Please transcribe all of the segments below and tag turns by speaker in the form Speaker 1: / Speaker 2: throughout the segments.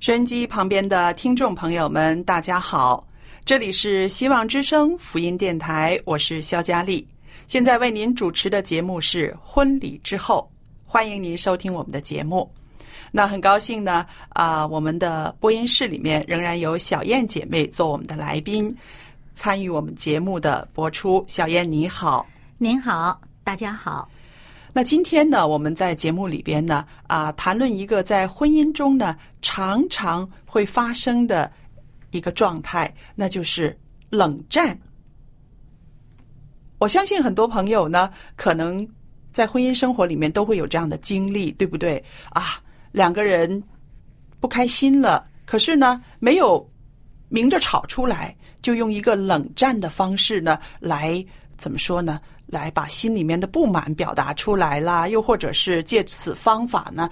Speaker 1: 收音机旁边的听众朋友们，大家好，这里是希望之声福音电台，我是肖佳丽。现在为您主持的节目是《婚礼之后》，欢迎您收听我们的节目。那很高兴呢，啊、我们的播音室里面仍然有小燕姐妹做我们的来宾，参与我们节目的播出。小燕你好，
Speaker 2: 您好，大家好。
Speaker 1: 那今天呢，我们在节目里边呢，啊，谈论一个在婚姻中呢常常会发生的一个状态，那就是冷战。我相信很多朋友呢，可能在婚姻生活里面都会有这样的经历，对不对？啊，两个人不开心了，可是呢，没有明着吵出来，就用一个冷战的方式呢，来怎么说呢？来把心里面的不满表达出来啦，又或者是借此方法呢，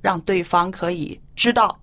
Speaker 1: 让对方可以知道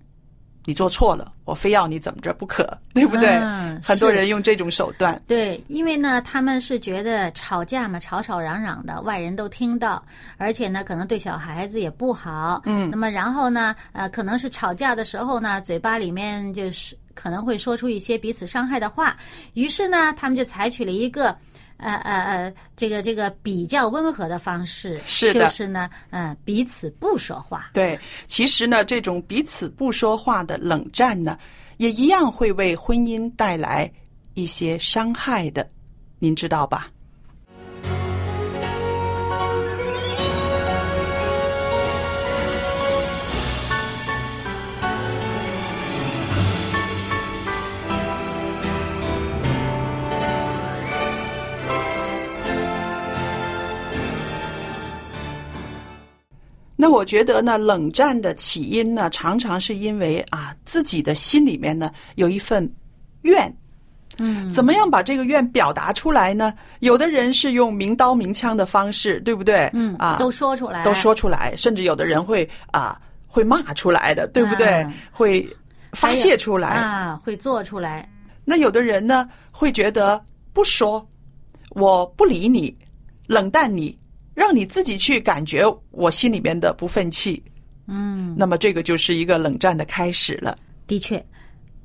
Speaker 1: 你做错了，我非要你怎么着不可，对 不对？
Speaker 3: 嗯
Speaker 1: 很多
Speaker 3: 是
Speaker 1: 人用这种手段。
Speaker 3: 对，因为呢，他们是觉得吵架嘛，吵吵嚷嚷的，外人都听到，而且呢，可能对小孩子也不好。嗯，那么然后呢，呃，可能是吵架的时候呢，嘴巴里面就是可能会说出一些彼此伤害的话，于是呢，他们就采取了一个。呃呃呃，这个这个比较温和的方式，
Speaker 1: 是的
Speaker 3: 就是呢，呃，彼此不说话，
Speaker 1: 对，其实呢，这种彼此不说话的冷战呢，也一样会为婚姻带来一些伤害的，您知道吧？那我觉得呢，冷战的起因呢，常常是因为啊，自己的心里面呢有一份怨。嗯，怎么样把这个怨表达出来呢？有的人是用明刀明枪的方式，对不对？
Speaker 3: 嗯，
Speaker 1: 啊，
Speaker 3: 都说出来，
Speaker 1: 都说出来，甚至有的人会啊、会骂出来的，对不对？
Speaker 3: 嗯
Speaker 1: 会发
Speaker 3: 还有
Speaker 1: 泄出来。
Speaker 3: 啊，会做出来，
Speaker 1: 那有的人呢，会觉得不说，我不理你，冷淡你，让你自己去感觉我心里面的不忿气。嗯，那么这个就是一个冷战的开始了。
Speaker 3: 的确，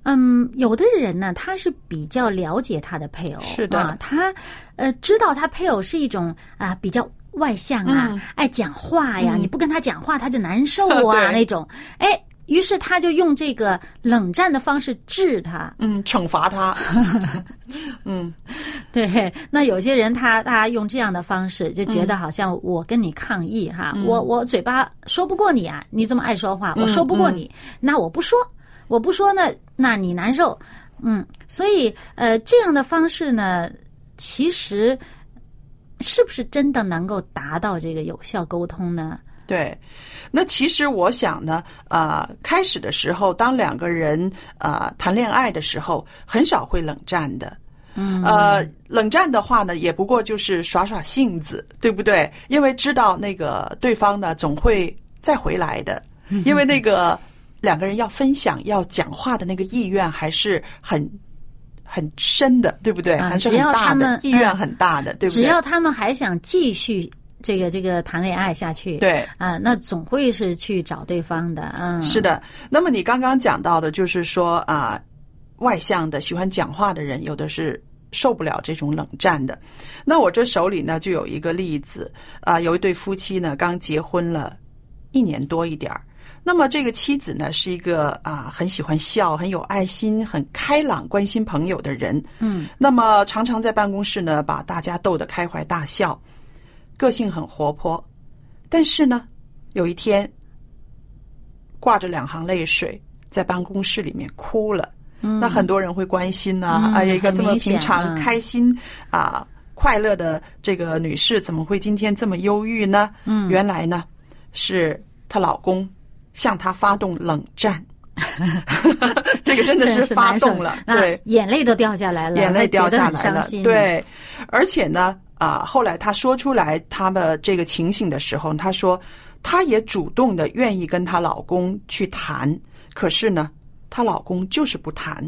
Speaker 3: 嗯，有的人呢，他是比较了解他的配偶，
Speaker 1: 是的
Speaker 3: 啊、他呃知道他配偶是一种啊、比较。外向啊，
Speaker 1: 嗯
Speaker 3: 爱讲话呀，
Speaker 1: 嗯
Speaker 3: 你不跟他讲话，他就难受啊
Speaker 1: 对
Speaker 3: 那种。哎，于是他就用这个冷战的方式治他。
Speaker 1: 嗯，惩罚他。嗯，
Speaker 3: 对，那有些人他他用这样的方式，就觉得
Speaker 1: 嗯
Speaker 3: 好像我跟你抗议哈，我我嘴巴说不过你啊，你这么爱说话，
Speaker 1: 嗯
Speaker 3: 我说不过你，那我不说，我不说呢，那你难受，嗯，所以呃，这样的方式呢，其实是不是真的能够达到这个有效沟通呢？
Speaker 1: 对。那其实我想呢，啊，开始的时候，当两个人啊谈恋爱的时候，很少会冷战的。
Speaker 3: 嗯，
Speaker 1: 呃，冷战的话呢，也不过就是耍耍性子，对不对？
Speaker 3: 嗯
Speaker 1: 因为知道那个对方呢总会再回来的，因为那个两个人要分享、要讲话的那个意愿还是很很深的，对不对？
Speaker 3: 啊
Speaker 1: 还
Speaker 3: 只
Speaker 1: 是很
Speaker 3: 要
Speaker 1: 大
Speaker 3: 他
Speaker 1: 的
Speaker 3: 们，
Speaker 1: 意愿
Speaker 3: 嗯
Speaker 1: 很大的，对不
Speaker 3: 只
Speaker 1: 对？
Speaker 3: 要他们还想继续这个这个谈恋爱下去，
Speaker 1: 对
Speaker 3: 啊，那总会是去找对方的，嗯，
Speaker 1: 是的，那么你刚刚讲到的，就是说啊，外向的、喜欢讲话的人，有的是受不了这种冷战的。那我这手里呢，就有一个例子啊，有一对夫妻呢，刚结婚了一年多一点儿。那么这个妻子呢，是一个啊，很喜欢笑、很有爱心、很开朗、关心朋友的人。
Speaker 3: 嗯，
Speaker 1: 那么常常在办公室呢，把大家逗得开怀大笑，个性很活泼。但是呢，有一天挂着两行泪水，在办公室里面哭了。
Speaker 3: 嗯
Speaker 1: 那很多人会关心呐、
Speaker 3: 嗯
Speaker 1: 哎呀，一个这么
Speaker 3: 很明显
Speaker 1: 平常、
Speaker 3: 嗯
Speaker 1: 开心啊、快乐的这个女士，怎么会今天这么忧郁呢？
Speaker 3: 嗯
Speaker 1: 原来呢，是她老公向她发动冷 战。这个 真的
Speaker 3: 是
Speaker 1: 是发动了，
Speaker 3: 那
Speaker 1: 对，
Speaker 3: 眼泪都掉下来了，
Speaker 1: 眼泪掉下
Speaker 3: 会觉得
Speaker 1: 来
Speaker 3: 很
Speaker 1: 了
Speaker 3: 伤心，，
Speaker 1: 对，而且呢，啊、后来他说出来他们这个情形的时候，他说她也主动的愿意跟她老公去谈，可是呢，她老公就是不谈，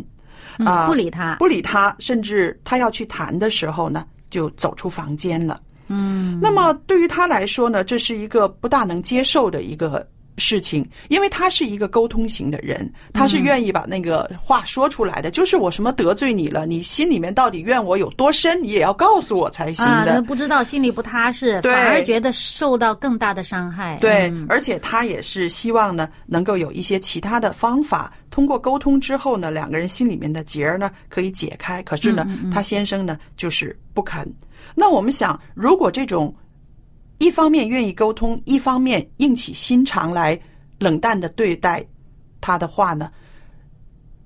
Speaker 3: 嗯
Speaker 1: 啊
Speaker 3: 不理他，
Speaker 1: 不理她，甚至她要去谈的时候呢，就走出房间了。
Speaker 3: 嗯，
Speaker 1: 那么对于她来说呢，这是一个不大能接受的一个事情，因为她是一个沟通型的人，她是愿意把那个话说出来的。就是我什么得罪你了，你心里面到底怨我有多深，你也要告诉我才行
Speaker 3: 啊，
Speaker 1: 的。
Speaker 3: 那不知道心里不踏实，
Speaker 1: 对
Speaker 3: 反而觉得受到更大的伤害，
Speaker 1: 对
Speaker 3: 嗯，
Speaker 1: 而且她也是希望呢，能够有一些其他的方法，通过沟通之后呢，两个人心里面的结儿呢可以解开。可是呢，
Speaker 3: 嗯
Speaker 1: 她先生呢就是不肯。那我们想，如果这种一方面愿意沟通，一方面硬起心肠来冷淡的对待他的话呢，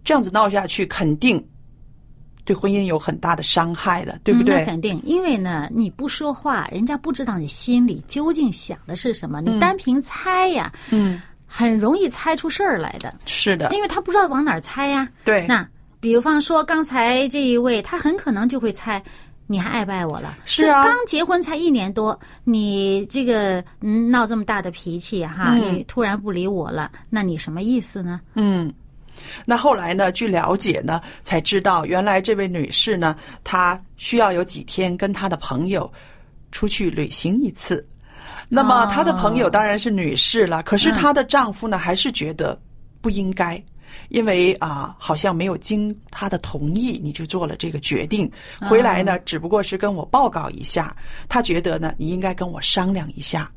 Speaker 1: 这样子闹下去，肯定对婚姻有很大的伤害了，对不
Speaker 3: 嗯
Speaker 1: 对？
Speaker 3: 那肯定，因为呢，你不说话，人家不知道你心里究竟想的是什么，你单凭猜呀，
Speaker 1: 嗯，
Speaker 3: 很容易猜出事儿来的，
Speaker 1: 是的，
Speaker 3: 因为他不知道往哪儿猜呀。
Speaker 1: 对，
Speaker 3: 那比方说刚才这一位，他很可能就会猜。你还爱不爱我了？
Speaker 1: 是啊
Speaker 3: 这刚结婚才一年多，你这个嗯闹这么大的脾气啊哈，
Speaker 1: 嗯
Speaker 3: 你突然不理我了，那你什么意思呢？
Speaker 1: 嗯，那后来呢？据了解呢，才知道原来这位女士呢，她需要有几天跟她的朋友出去旅行一次。那么
Speaker 3: 哦
Speaker 1: 她的朋友当然是女士了，可是她的丈夫呢，还是觉得不应该。因为啊，好像没有经她的同意，你就做了这个决定。回来呢，只不过是跟我报告一下，她觉得呢，你应该跟我商量一下。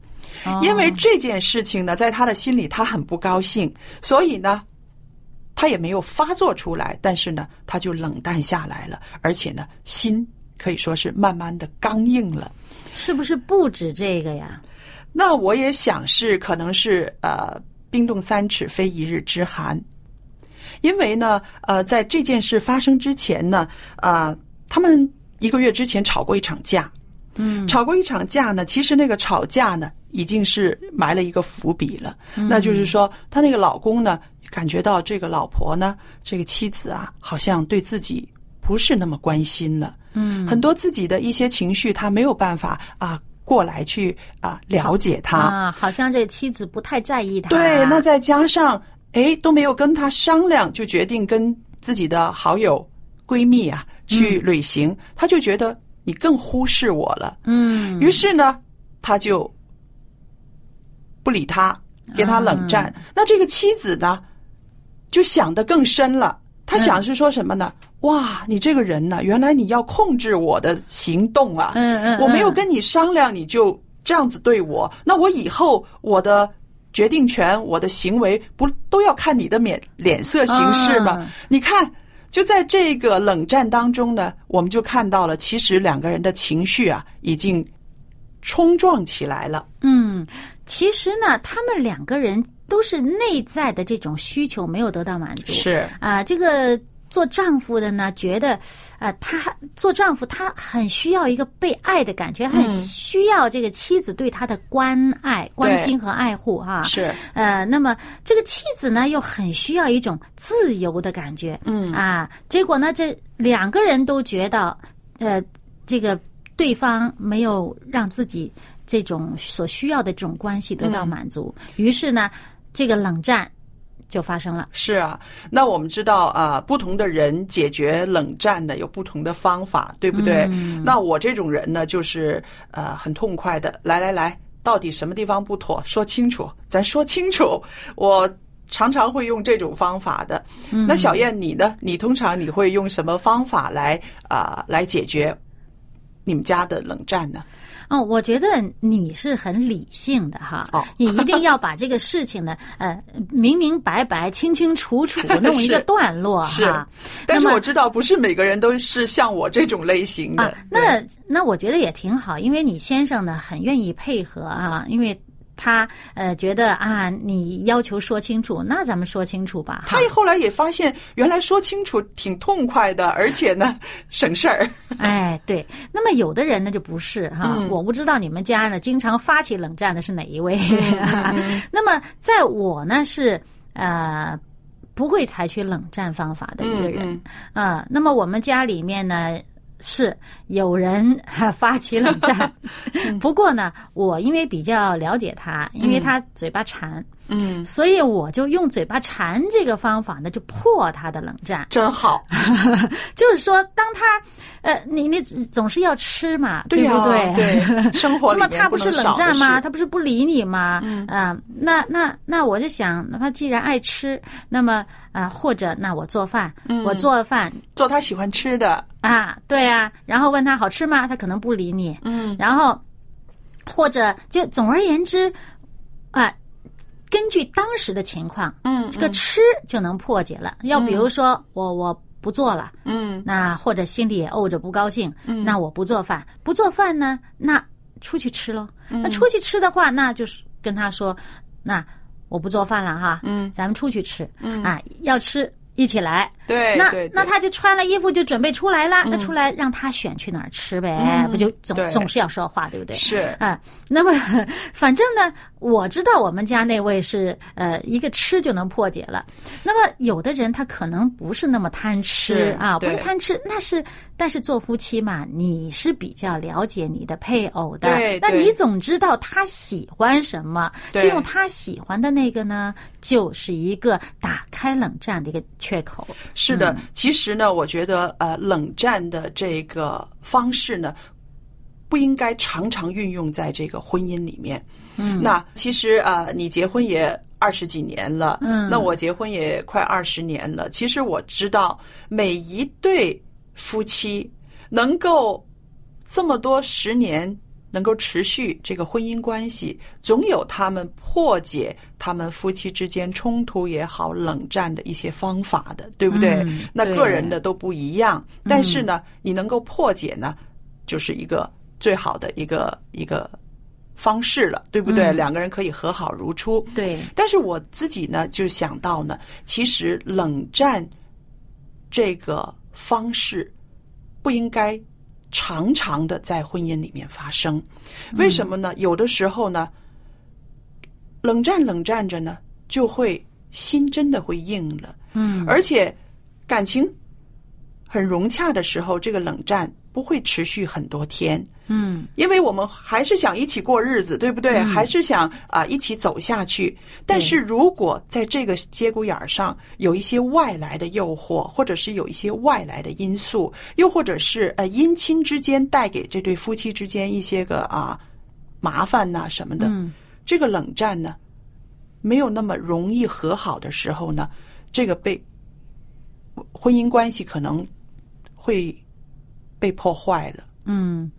Speaker 1: 因
Speaker 3: 哦
Speaker 1: 为这件事情呢，在他的心里他很不高兴，所以呢，他也没有发作出来，但是呢，他就冷淡下来了，而且呢，心可以说是慢慢的刚硬了。
Speaker 3: 是不是不止这个呀？
Speaker 1: 那我也想是，可能是呃，冰冻三尺非一日之寒，因为呢，呃，在这件事发生之前呢，呃，他们一个月之前吵过一场架，嗯，吵过一场架呢，其实那个吵架呢，已经是埋了一个伏笔了，那就是说，她那个老公呢，感觉到这个老婆呢，这个妻子啊，好像对自己不是那么关心了。
Speaker 3: 嗯，
Speaker 1: 很多自己的一些情绪，他没有办法啊过来去啊了解他。
Speaker 3: 啊，好像这妻子不太在意他。
Speaker 1: 对，那再加上哎都没有跟他商量，就决定跟自己的好友、闺蜜啊
Speaker 3: 嗯
Speaker 1: 去旅行，他就觉得你更忽视我了。
Speaker 3: 嗯，
Speaker 1: 于是呢，他就不理他，给他冷
Speaker 3: 啊
Speaker 1: 战。那这个妻子呢，就想得更深了。
Speaker 3: 嗯
Speaker 1: 他想是说什么呢？哇，你这个人呢，原来你要控制我的行动啊！
Speaker 3: 嗯嗯嗯
Speaker 1: 我没有跟你商量，你就这样子对我，那我以后我的决定权、我的行为不都要看你的脸脸色行事吗？
Speaker 3: 啊
Speaker 1: 你看，就在这个冷战当中呢，我们就看到了，其实两个人的情绪啊，已经冲撞起来了。
Speaker 3: 嗯，其实呢，他们两个人都是内在的这种需求没有得到满足。啊、这个做丈夫的呢，觉得，呃，他做丈夫他很需要一个被爱的感觉，很需要这个妻子对他的关爱、关心和爱护哈、
Speaker 1: 是，
Speaker 3: 呃，那么这个妻子呢，又很需要一种自由的感觉。嗯啊，结果呢，这两个人都觉得，呃，这个对方没有让自己这种所需要的这种关系得到满足，于是呢，这个冷战就发生了。
Speaker 1: 是啊，那我们知道啊，不同的人解决冷战呢有不同的方法，对不对？
Speaker 3: 嗯
Speaker 1: 那我这种人呢，就是呃很痛快的，来来来，到底什么地方不妥，说清楚，咱说清楚。我常常会用这种方法的。
Speaker 3: 嗯
Speaker 1: 那小燕你呢？你通常你会用什么方法来啊、来解决你们家的冷战呢？
Speaker 3: 哦，我觉得你是很理性的哈，
Speaker 1: 哦
Speaker 3: 你一定要把这个事情呢，呃，明明白白、清清楚楚弄一个
Speaker 1: 是
Speaker 3: 段落
Speaker 1: 是
Speaker 3: 哈。，
Speaker 1: 但是
Speaker 3: 那么
Speaker 1: 我知道不是每个人都是像我这种类型的。
Speaker 3: 啊，那那我觉得也挺好，因为你先生呢很愿意配合啊，因为他呃觉得啊，你要求说清楚，那咱们说清楚吧。哈
Speaker 1: 他后来也发现，原来说清楚挺痛快的，而 且呢省事儿。
Speaker 3: 哎，对，那么有的人呢就不是哈，
Speaker 1: 嗯
Speaker 3: 我不知道你们家呢经常发起冷战的是哪一位。
Speaker 1: 嗯
Speaker 3: 那么在我呢是呃不会采取冷战方法的一个人
Speaker 1: 嗯
Speaker 3: 啊、那么我们家里面呢。是有人哈发起冷 战，
Speaker 1: 嗯
Speaker 3: 不过呢，我因为比较了解他，因为他嘴巴馋，
Speaker 1: 嗯，
Speaker 3: 所以我就用嘴巴馋这个方法呢，就破他的冷战。
Speaker 1: 真好，
Speaker 3: 就是说，当他，呃，你你总是要吃嘛，
Speaker 1: 呀、
Speaker 3: 不对？
Speaker 1: 对生活
Speaker 3: 那
Speaker 1: 里
Speaker 3: 么
Speaker 1: 面
Speaker 3: 他
Speaker 1: 不
Speaker 3: 是冷
Speaker 1: 能少的
Speaker 3: 战吗？
Speaker 1: 是？
Speaker 3: 他不是不理你吗？嗯、那那那我就想，那他既然爱吃，那么啊、或者那我做饭，
Speaker 1: 嗯
Speaker 3: 我做饭
Speaker 1: 做他喜欢吃的，
Speaker 3: 啊，对啊，然后问他好吃吗？他可能不理你，
Speaker 1: 嗯，
Speaker 3: 然后或者就总而言之，啊、根据当时的情况，
Speaker 1: 嗯
Speaker 3: 这个吃就能破解了。要比如说，我我不做了。
Speaker 1: 嗯
Speaker 3: 那或者心里也怄着不高兴，那我不做饭，不做饭呢，那出去吃喽。
Speaker 1: 嗯
Speaker 3: 那出去吃的话，那就是跟他说，那我不做饭了哈，
Speaker 1: 嗯
Speaker 3: 咱们出去吃，啊，要吃一起来。
Speaker 1: 对，
Speaker 3: 那
Speaker 1: 对
Speaker 3: 那
Speaker 1: 对
Speaker 3: 他就穿了衣服就准备出来了，那出来让他选去哪儿吃呗，
Speaker 1: 嗯
Speaker 3: 不就总
Speaker 1: 对
Speaker 3: 总是要说话，对不对？
Speaker 1: 是
Speaker 3: 啊，那么反正呢，我知道我们家那位是呃一个吃就能破解了。那么有的人他可能不是那么贪吃
Speaker 1: 是
Speaker 3: 啊，不是
Speaker 1: 对
Speaker 3: 贪吃，那是但是做夫妻嘛，你是比较了解你的配偶的
Speaker 1: 对，
Speaker 3: 那
Speaker 1: 对
Speaker 3: 你总知道他喜欢什么，就
Speaker 1: 对
Speaker 3: 用他喜欢的那个呢，就是一个打开冷战的一个缺口。
Speaker 1: 是的。其实呢，我觉得呃，冷战的这个方式呢，不应该常常运用在这个婚姻里面。嗯，那其实啊、呃你结婚也二十几年了，
Speaker 3: 嗯
Speaker 1: 那我结婚也快二十年了。其实我知道，每一对夫妻能够这么多十年能够持续这个婚姻关系，总有他们破解他们夫妻之间冲突也好、冷战的一些方法的，对不对？
Speaker 3: 嗯
Speaker 1: 那
Speaker 3: 对
Speaker 1: 个人的都不一样，但是呢，你能够破解呢，就是一个最好的一个一个方式了，对不对？
Speaker 3: 嗯
Speaker 1: 两个人可以和好如初。
Speaker 3: 对，
Speaker 1: 但是我自己呢，就想到呢，其实冷战这个方式不应该常常的在婚姻里面发生。为什么呢？有的时候呢，冷战冷战着呢，就会心真的会硬了，
Speaker 3: 嗯
Speaker 1: 而且感情很融洽的时候，这个冷战不会持续很多天。
Speaker 3: 嗯
Speaker 1: 因为我们还是想一起过日子，对不对？还是想啊、一起走下去。但是如果在这个节骨眼儿上有一些外来的诱惑，或者是有一些外来的因素，又或者是呃姻亲之间带给这对夫妻之间一些个啊麻烦呐、什么的，
Speaker 3: 嗯
Speaker 1: 这个冷战呢没有那么容易和好的时候呢，这个被婚姻关系可能会被破坏了。
Speaker 3: 嗯，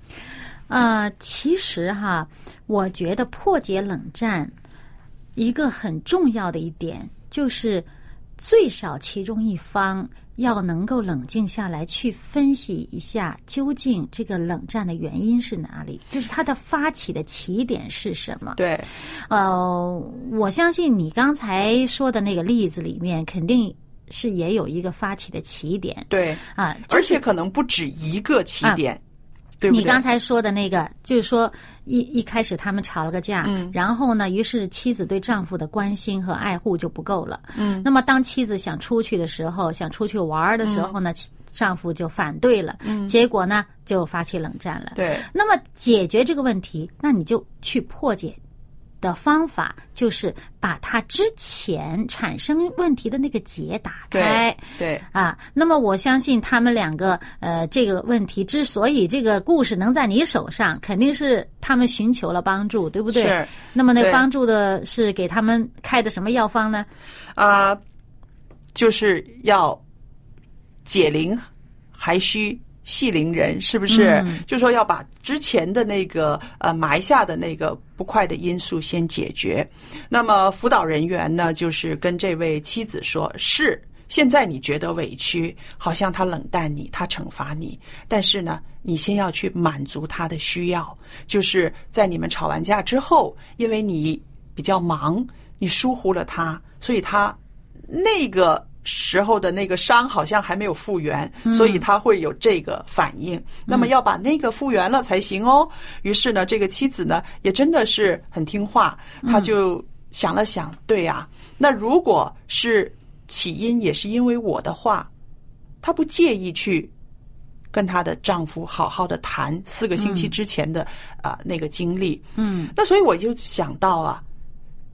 Speaker 3: 呃，其实哈，我觉得破解冷战一个很重要的一点就是，最少其中一方要能够冷静下来，去分析一下究竟这个冷战的原因是哪里，就是它的发起的起点是什么。
Speaker 1: 对，
Speaker 3: 呃，我相信你刚才说的那个例子里面，肯定是也有一个发起的起点
Speaker 1: 对。
Speaker 3: 啊，
Speaker 1: 而且可能不止一个起点，对不对？
Speaker 3: 你刚才说的那个，就是说一一开始他们吵了个架，
Speaker 1: 嗯
Speaker 3: 然后呢，于是妻子对丈夫的关心和爱护就不够了。嗯，那么当妻子想出去的时候，想出去玩儿的时候
Speaker 1: 嗯
Speaker 3: 呢，妻丈夫就反对了，结果呢就发起冷战了。
Speaker 1: 对
Speaker 3: 那么解决这个问题，那你就去破解的方法就是把他之前产生问题的那个结打开
Speaker 1: 对。对，
Speaker 3: 啊，那么我相信他们两个，呃，这个问题之所以这个故事能在你手上，肯定是他们寻求了帮助，对不对？
Speaker 1: 是。
Speaker 3: 那么那个
Speaker 1: 对
Speaker 3: 帮助的是给他们开的什么药方呢？
Speaker 1: 啊、就是要解铃还须系铃人，是不是？
Speaker 3: 嗯
Speaker 1: 就说要把之前的那个呃埋下的那个不快的因素先解决。那么辅导人员呢，就是跟这位妻子说：“是，现在你觉得委屈，好像他冷淡你，他惩罚你，但是呢，你先要去满足他的需要，就是在你们吵完架之后，因为你比较忙，你疏忽了他，所以他那个时候的那个伤好像还没有复原，所以他会有这个反应。那么要把那个复原了才行哦。于是呢，这个妻子呢也真的是很听话，她就想了想，对呀、那如果是起因也是因为我的话，她不介意去。跟她的丈夫好好的谈四个星期之前的啊、那个经历，
Speaker 3: 嗯
Speaker 1: 那所以我就想到啊，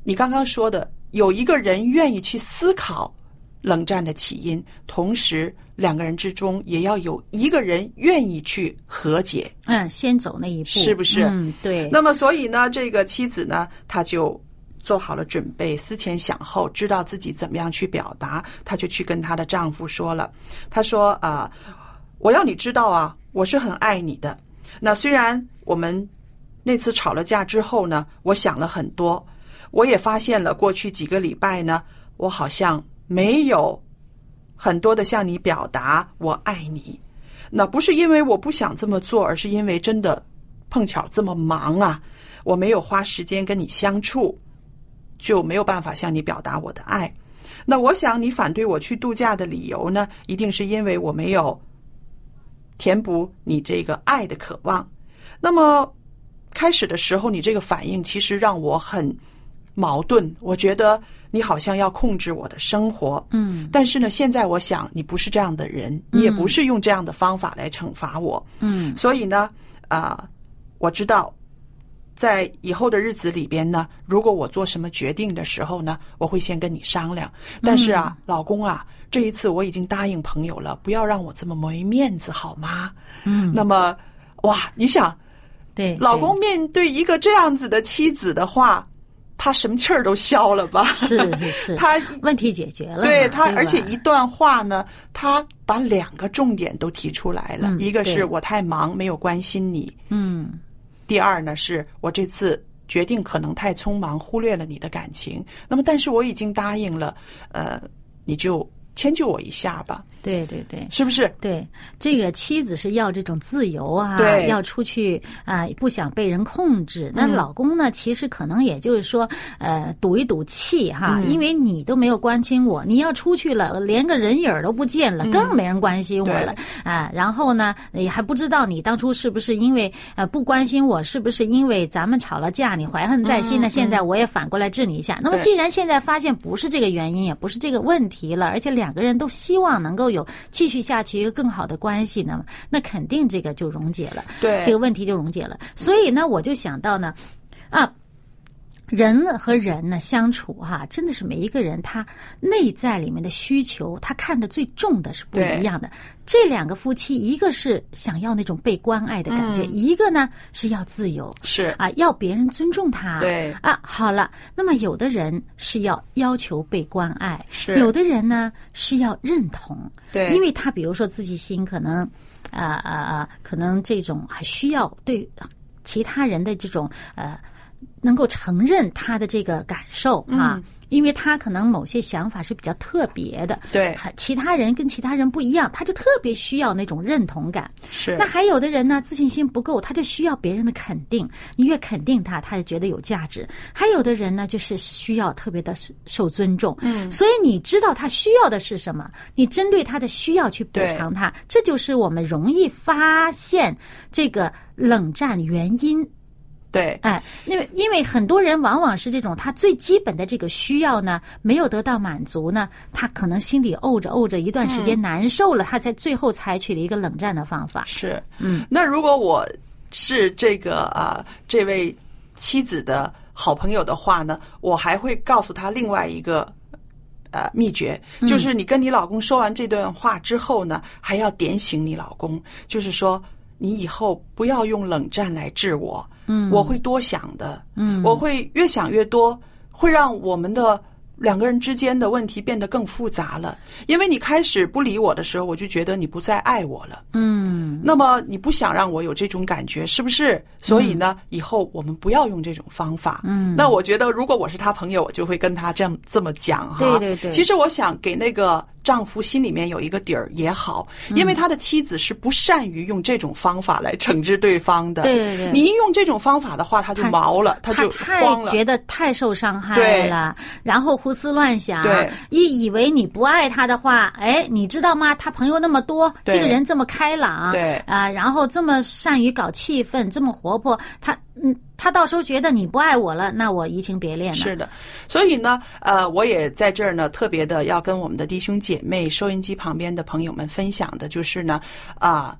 Speaker 1: 你刚刚说的，有一个人愿意去思考冷战的起因，同时两个人之中也要有一个人愿意去和解。
Speaker 3: 嗯，先走那一步，
Speaker 1: 是不是
Speaker 3: 嗯，对。
Speaker 1: 那么，所以呢，这个妻子呢，她就做好了准备，思前想后，知道自己怎么样去表达，她就去跟她的丈夫说了。她说：“啊、我要你知道啊，我是很爱你的。那虽然我们那次吵了架之后呢，我想了很多，我也发现了过去几个礼拜呢，我好像没有很多的向你表达我爱你。那不是因为我不想这么做，而是因为真的碰巧这么忙啊，我没有花时间跟你相处，就没有办法向你表达我的爱。那我想你反对我去度假的理由呢，一定是因为我没有填补你这个爱的渴望。那么开始的时候，你这个反应其实让我很矛盾，我觉得你好像要控制我的生活，
Speaker 3: 嗯
Speaker 1: 但是呢，现在我想你不是这样的人，你也不是用这样的方法来惩罚我，
Speaker 3: 嗯
Speaker 1: 所以呢，啊、我知道，在以后的日子里边呢，如果我做什么决定的时候呢，我会先跟你商量。
Speaker 3: 嗯
Speaker 1: 但是啊，老公啊，这一次我已经答应朋友了，不要让我这么没面子好吗？
Speaker 3: 嗯，
Speaker 1: 那么，哇，你想，
Speaker 3: 对，
Speaker 1: 老
Speaker 3: 对
Speaker 1: 公面对一个这样子的妻子的话，他什么气儿都消了吧？
Speaker 3: 是是是，
Speaker 1: 他
Speaker 3: 问题解决了嘛，
Speaker 1: 对
Speaker 3: 他
Speaker 1: 他，，而且一段话呢，他把两个重点都提出来了，
Speaker 3: 嗯
Speaker 1: 一个
Speaker 3: 对
Speaker 1: 是我太忙没有关心你，
Speaker 3: 嗯
Speaker 1: 第二呢，是我这次决定可能太匆忙，忽略了你的感情。那么，但是我已经答应了，呃，你就迁就我一下吧，
Speaker 3: 对对对。
Speaker 1: 是不是？
Speaker 3: 对，这个妻子是要这种自由啊，
Speaker 1: 对
Speaker 3: 要出去啊、不想被人控制。那老公呢，其实可能也就是说，呃，赌一赌气哈，因为你都没有关心我，你要出去了，连个人影儿都不见了，更没人关心我了啊、然后呢，也还不知道你当初是不是因为呃不关心我，是不是因为咱们吵了架，你怀恨在心？那现在我也反过来治你一下。那么
Speaker 1: 对
Speaker 3: 既然现在发现不是这个原因，也不是这个问题了，而且两个人都希望能够有继续下去一个更好的关系，那么那肯定这个就溶解了，
Speaker 1: 对
Speaker 3: 这个问题就溶解了。所以呢，我就想到呢，啊。人和人呢相处哈、真的是每一个人他内在里面的需求，他看得最重的是不
Speaker 1: 对
Speaker 3: 一样的。这两个夫妻，一个是想要那种被关爱的感
Speaker 1: 嗯
Speaker 3: 觉，一个呢是要自由。
Speaker 1: 是，
Speaker 3: 啊，要别人尊重他。
Speaker 1: 对
Speaker 3: 啊，好了，那么有的人是要要求被关爱，
Speaker 1: 是
Speaker 3: 有的人呢是要认同，
Speaker 1: 对
Speaker 3: 因为他比如说自己心可能，啊啊啊，可能这种还需要对其他人的这种呃。能够承认他的这个感受
Speaker 1: 嗯
Speaker 3: 啊，因为他可能某些想法是比较特别的，
Speaker 1: 对
Speaker 3: 还，其他人跟其他人不一样，他就特别需要那种认同感。
Speaker 1: 是
Speaker 3: 那，还有的人呢，自信心不够，他就需要别人的肯定，你越肯定他，他就觉得有价值。还有的人呢，就是需要特别的受尊重。嗯，所以你知道他需要的是什么，你针对他的需要去补
Speaker 1: 对
Speaker 3: 偿他，这就是我们容易发现这个冷战原因。
Speaker 1: 对，
Speaker 3: 哎，因为因为很多人往往是这种，他最基本的这个需要呢，没有得到满足呢，他可能心里怄着怄着一段时间难受了，他才最后采取了一个冷战的方法。
Speaker 1: 是，
Speaker 3: 嗯，
Speaker 1: 呃那如果我是这个啊、这位妻子的好朋友的话呢，我还会告诉他另外一个呃秘诀，
Speaker 3: 嗯
Speaker 1: 就是你跟你老公说完这段话之后呢，还要点醒你老公，就是说你以后不要用冷战来治我，嗯，我会多想的，嗯，我会越想越多，会让我们的。两个人之间的问题变得更复杂了，因为你开始不理我的时候，我就觉得你不再爱我了。
Speaker 3: 嗯，
Speaker 1: 那么你不想让我有这种感觉，是不是？所以呢，以后我们不要用这种方法。
Speaker 3: 嗯，
Speaker 1: 那我觉得，如果我是他朋友，我就会跟他这样这么讲哈。
Speaker 3: 对对对
Speaker 1: 其实我想给那个丈夫心里面有一个底儿也好，
Speaker 3: 嗯
Speaker 1: 因为他的妻子是不善于用这种方法来惩治对方的。
Speaker 3: 对对对
Speaker 1: 你一用这种方法的话，他就
Speaker 3: 他
Speaker 1: 毛了，他
Speaker 3: 他
Speaker 1: 就
Speaker 3: 太
Speaker 1: 慌了。
Speaker 3: 觉得太受伤害
Speaker 1: 对
Speaker 3: 了，然后胡思乱想
Speaker 1: 对，
Speaker 3: 一以为你不爱他的话，哎，你知道吗？他朋友那么多，
Speaker 1: 对
Speaker 3: 这个人这么开朗，
Speaker 1: 对
Speaker 3: 啊、然后这么善于搞气氛，这么活泼，他嗯，他到时候觉得你不爱我了，那我移情别恋了。
Speaker 1: 是的，所以呢，呃，我也在这儿呢，特别的要跟我们的弟兄姐妹、收音机旁边的朋友们分享的，就是呢，啊、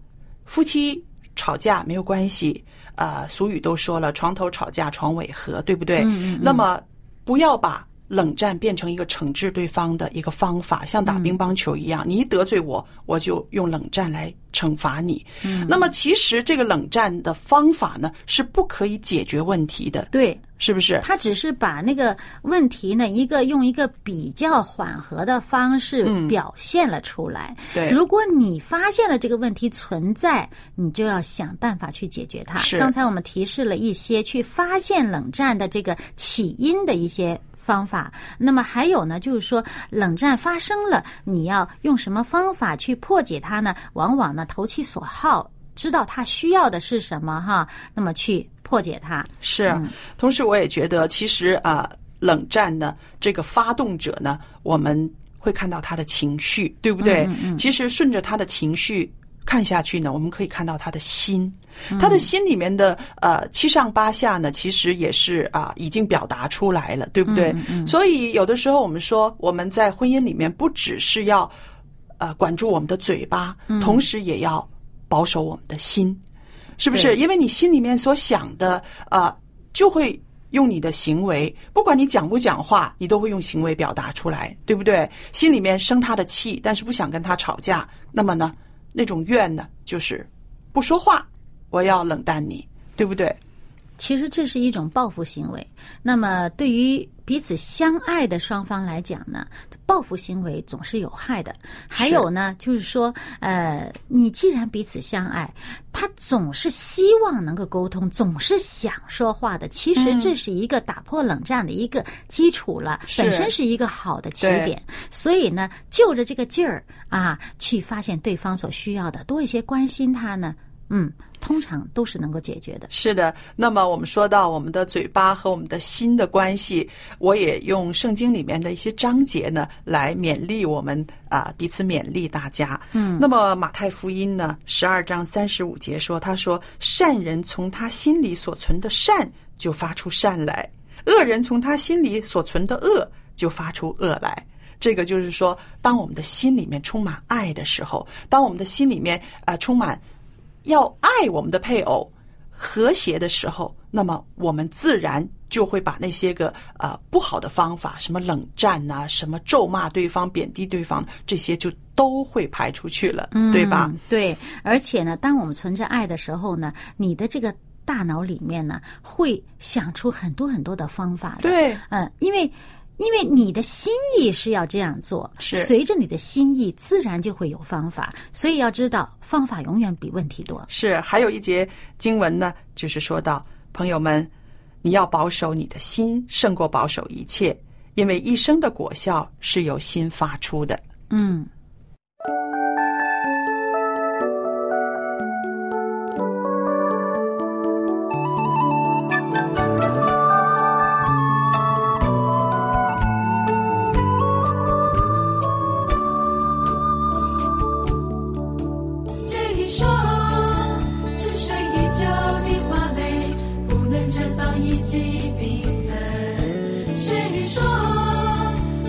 Speaker 1: 夫妻吵架没有关系，啊，俗语都说了，床头吵架床尾和，对不对？
Speaker 3: 嗯嗯嗯
Speaker 1: 那么不要把。冷战变成一个惩治对方的一个方法，像
Speaker 3: 嗯
Speaker 1: 打乒乓球一样，你一得罪我，我就用冷战来惩罚你。嗯、那么其实这个冷战的方法呢，是不可以解决问题的，
Speaker 3: 对
Speaker 1: 是不是？
Speaker 3: 他只是把那个问题呢，一个用一个比较缓和的方式表现了出来。
Speaker 1: 嗯对
Speaker 3: 如果你发现了这个问题存在，你就要想办法去解决它。
Speaker 1: 是
Speaker 3: 刚才我们提示了一些去发现冷战的这个起因的一些。方法，那么还有呢，就是说冷战发生了，你要用什么方法去破解它呢？往往呢，投其所好，知道他需要的是什么哈，那么去破解它。
Speaker 1: 是，同时我也觉得，其实啊、冷战呢，这个发动者呢，我们会看到他的情绪，对不对？其实顺着他的情绪看下去呢，我们可以看到他的心，他的心里面的呃七上八下呢，其实也是啊、已经表达出来了，对不对？所以有的时候我们说，我们在婚姻里面不只是要呃管住我们的嘴巴，同时也要保守我们的心。是不
Speaker 3: 对
Speaker 1: 是？因为你心里面所想的，呃，就会用你的行为，不管你讲不讲话，你都会用行为表达出来，对不对？心里面生他的气，但是不想跟他吵架，那么呢，那种怨呢，就是不说话，我要冷淡你，对不对？
Speaker 3: 其实这是一种报复行为。那么对于彼此相爱的双方来讲呢，报复行为总是有害的。还有呢，就是说，呃，你既然彼此相爱，他总是希望能够沟通，总是想说话
Speaker 1: 嗯
Speaker 3: 的。其实这是一个打破冷战的一个基础了，
Speaker 1: 是
Speaker 3: 本身是一个好的起
Speaker 1: 对
Speaker 3: 点。所以呢，就着这个劲儿啊，去发现对方所需要的，多一些关心他呢，嗯，通常都是能够解决的。
Speaker 1: 是的，那么我们说到我们的嘴巴和我们的心的关系，我也用圣经里面的一些章节呢来勉励我们啊、彼此勉励大家。嗯，那么马太福音呢十二章三十五节说，他说善人从他心里所存的善就发出善来，恶人从他心里所存的恶就发出恶来。这个就是说，当我们的心里面充满爱的时候，当我们的心里面啊、呃充满要爱我们的配偶、和谐的时候，那么我们自然就会把那些个呃不好的方法，什么冷战呐、什么咒骂对方、贬低对方，这些就都会排出去了，对吧？
Speaker 3: 嗯？对，而且呢，当我们存着爱的时候呢，你的这个大脑里面呢，会想出很多很多的方法的。，
Speaker 1: 对，
Speaker 3: 嗯，因为。因为你的心意是要这样做，
Speaker 1: 是
Speaker 3: 随着你的心意，自然就会有方法。所以要知道，方法永远比问题多。
Speaker 1: 是。还有一节经文呢，就是说到朋友们，你要保守你的心，胜过保守一切，因为一生的果效是由心发出的。
Speaker 3: 嗯，
Speaker 4: 这一双沉睡已久的花蕾，不论绽放以及缤纷；是一双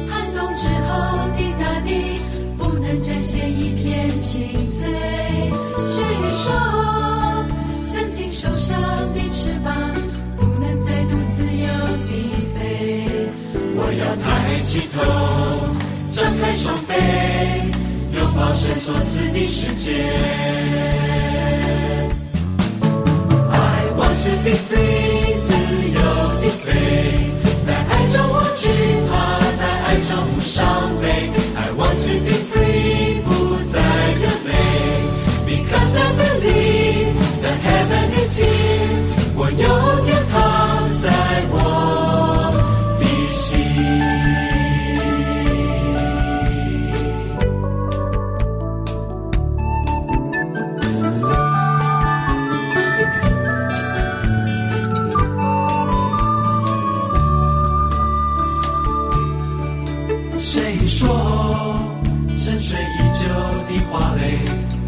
Speaker 4: 寒冬之后的大地，不能展现一片青翠；是一双曾经受伤的翅膀，不能再度自由起头，张开双臂，拥抱神所赐的世界。I want to be free，自由地飞，在爱中无惧怕，在爱中无伤悲。I want to be free，不再流泪，because I believe that heaven is here，我有天堂在我的心。谁说沉睡已久的花蕾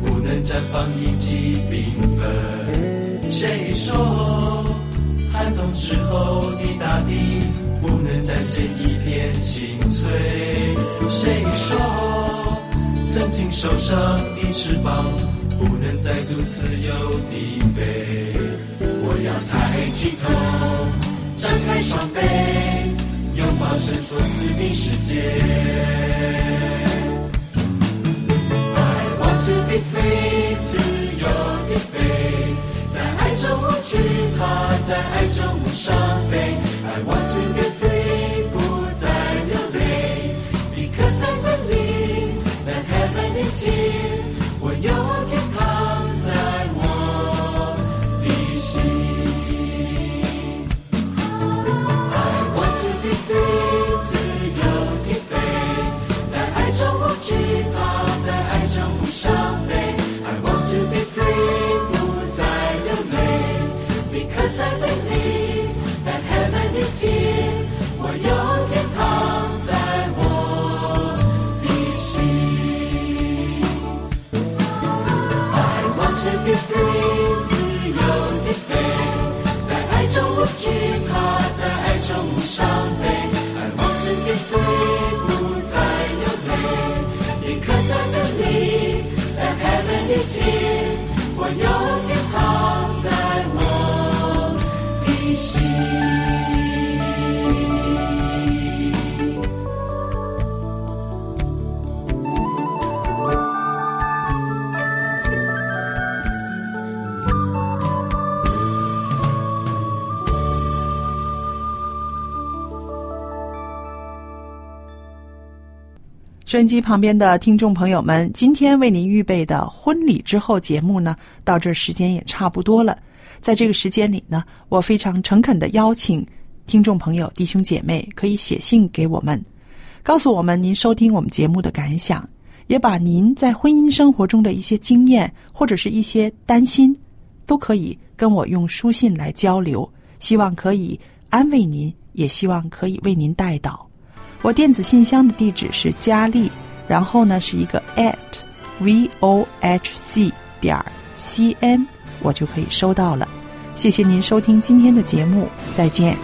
Speaker 4: 不能绽放一起缤纷？谁说寒冬之后的大地不能展现一片青翠？谁说曾经受伤的翅膀不能再度自由地飞？我要抬起头，张开双臂。拥抱神所赐的世界。I want to be free，自由地飞，在爱中无惧怕，在爱中无伤悲。I want to be free，不再流泪，because I believe that heaven is here，我有天堂在我的心。I want to be free，自由地飞，在爱中无惧怕，在爱中无伤悲。I want to be free，不再流泪，because I believe that heaven is here。我有天堂在我的心。I want to be free，自由地飞，在爱中无惧怕，在爱中无伤悲。I want to be free，不再流泪，because I believe that heaven is here。我有天堂在我的心。
Speaker 1: 收音机旁边的听众朋友们，今天为您预备的婚礼之后节目呢，到这儿时间也差不多了。在这个时间里呢，我非常诚恳的邀请听众朋友、弟兄姐妹可以写信给我们，告诉我们您收听我们节目的感想，也把您在婚姻生活中的一些经验或者是一些担心，都可以跟我用书信来交流。希望可以安慰您，也希望可以为您带导。我电子信箱的地址是佳丽，然后呢是一个 at v o h c 点 c n，我就可以收到了。谢谢您收听今天的节目，再见。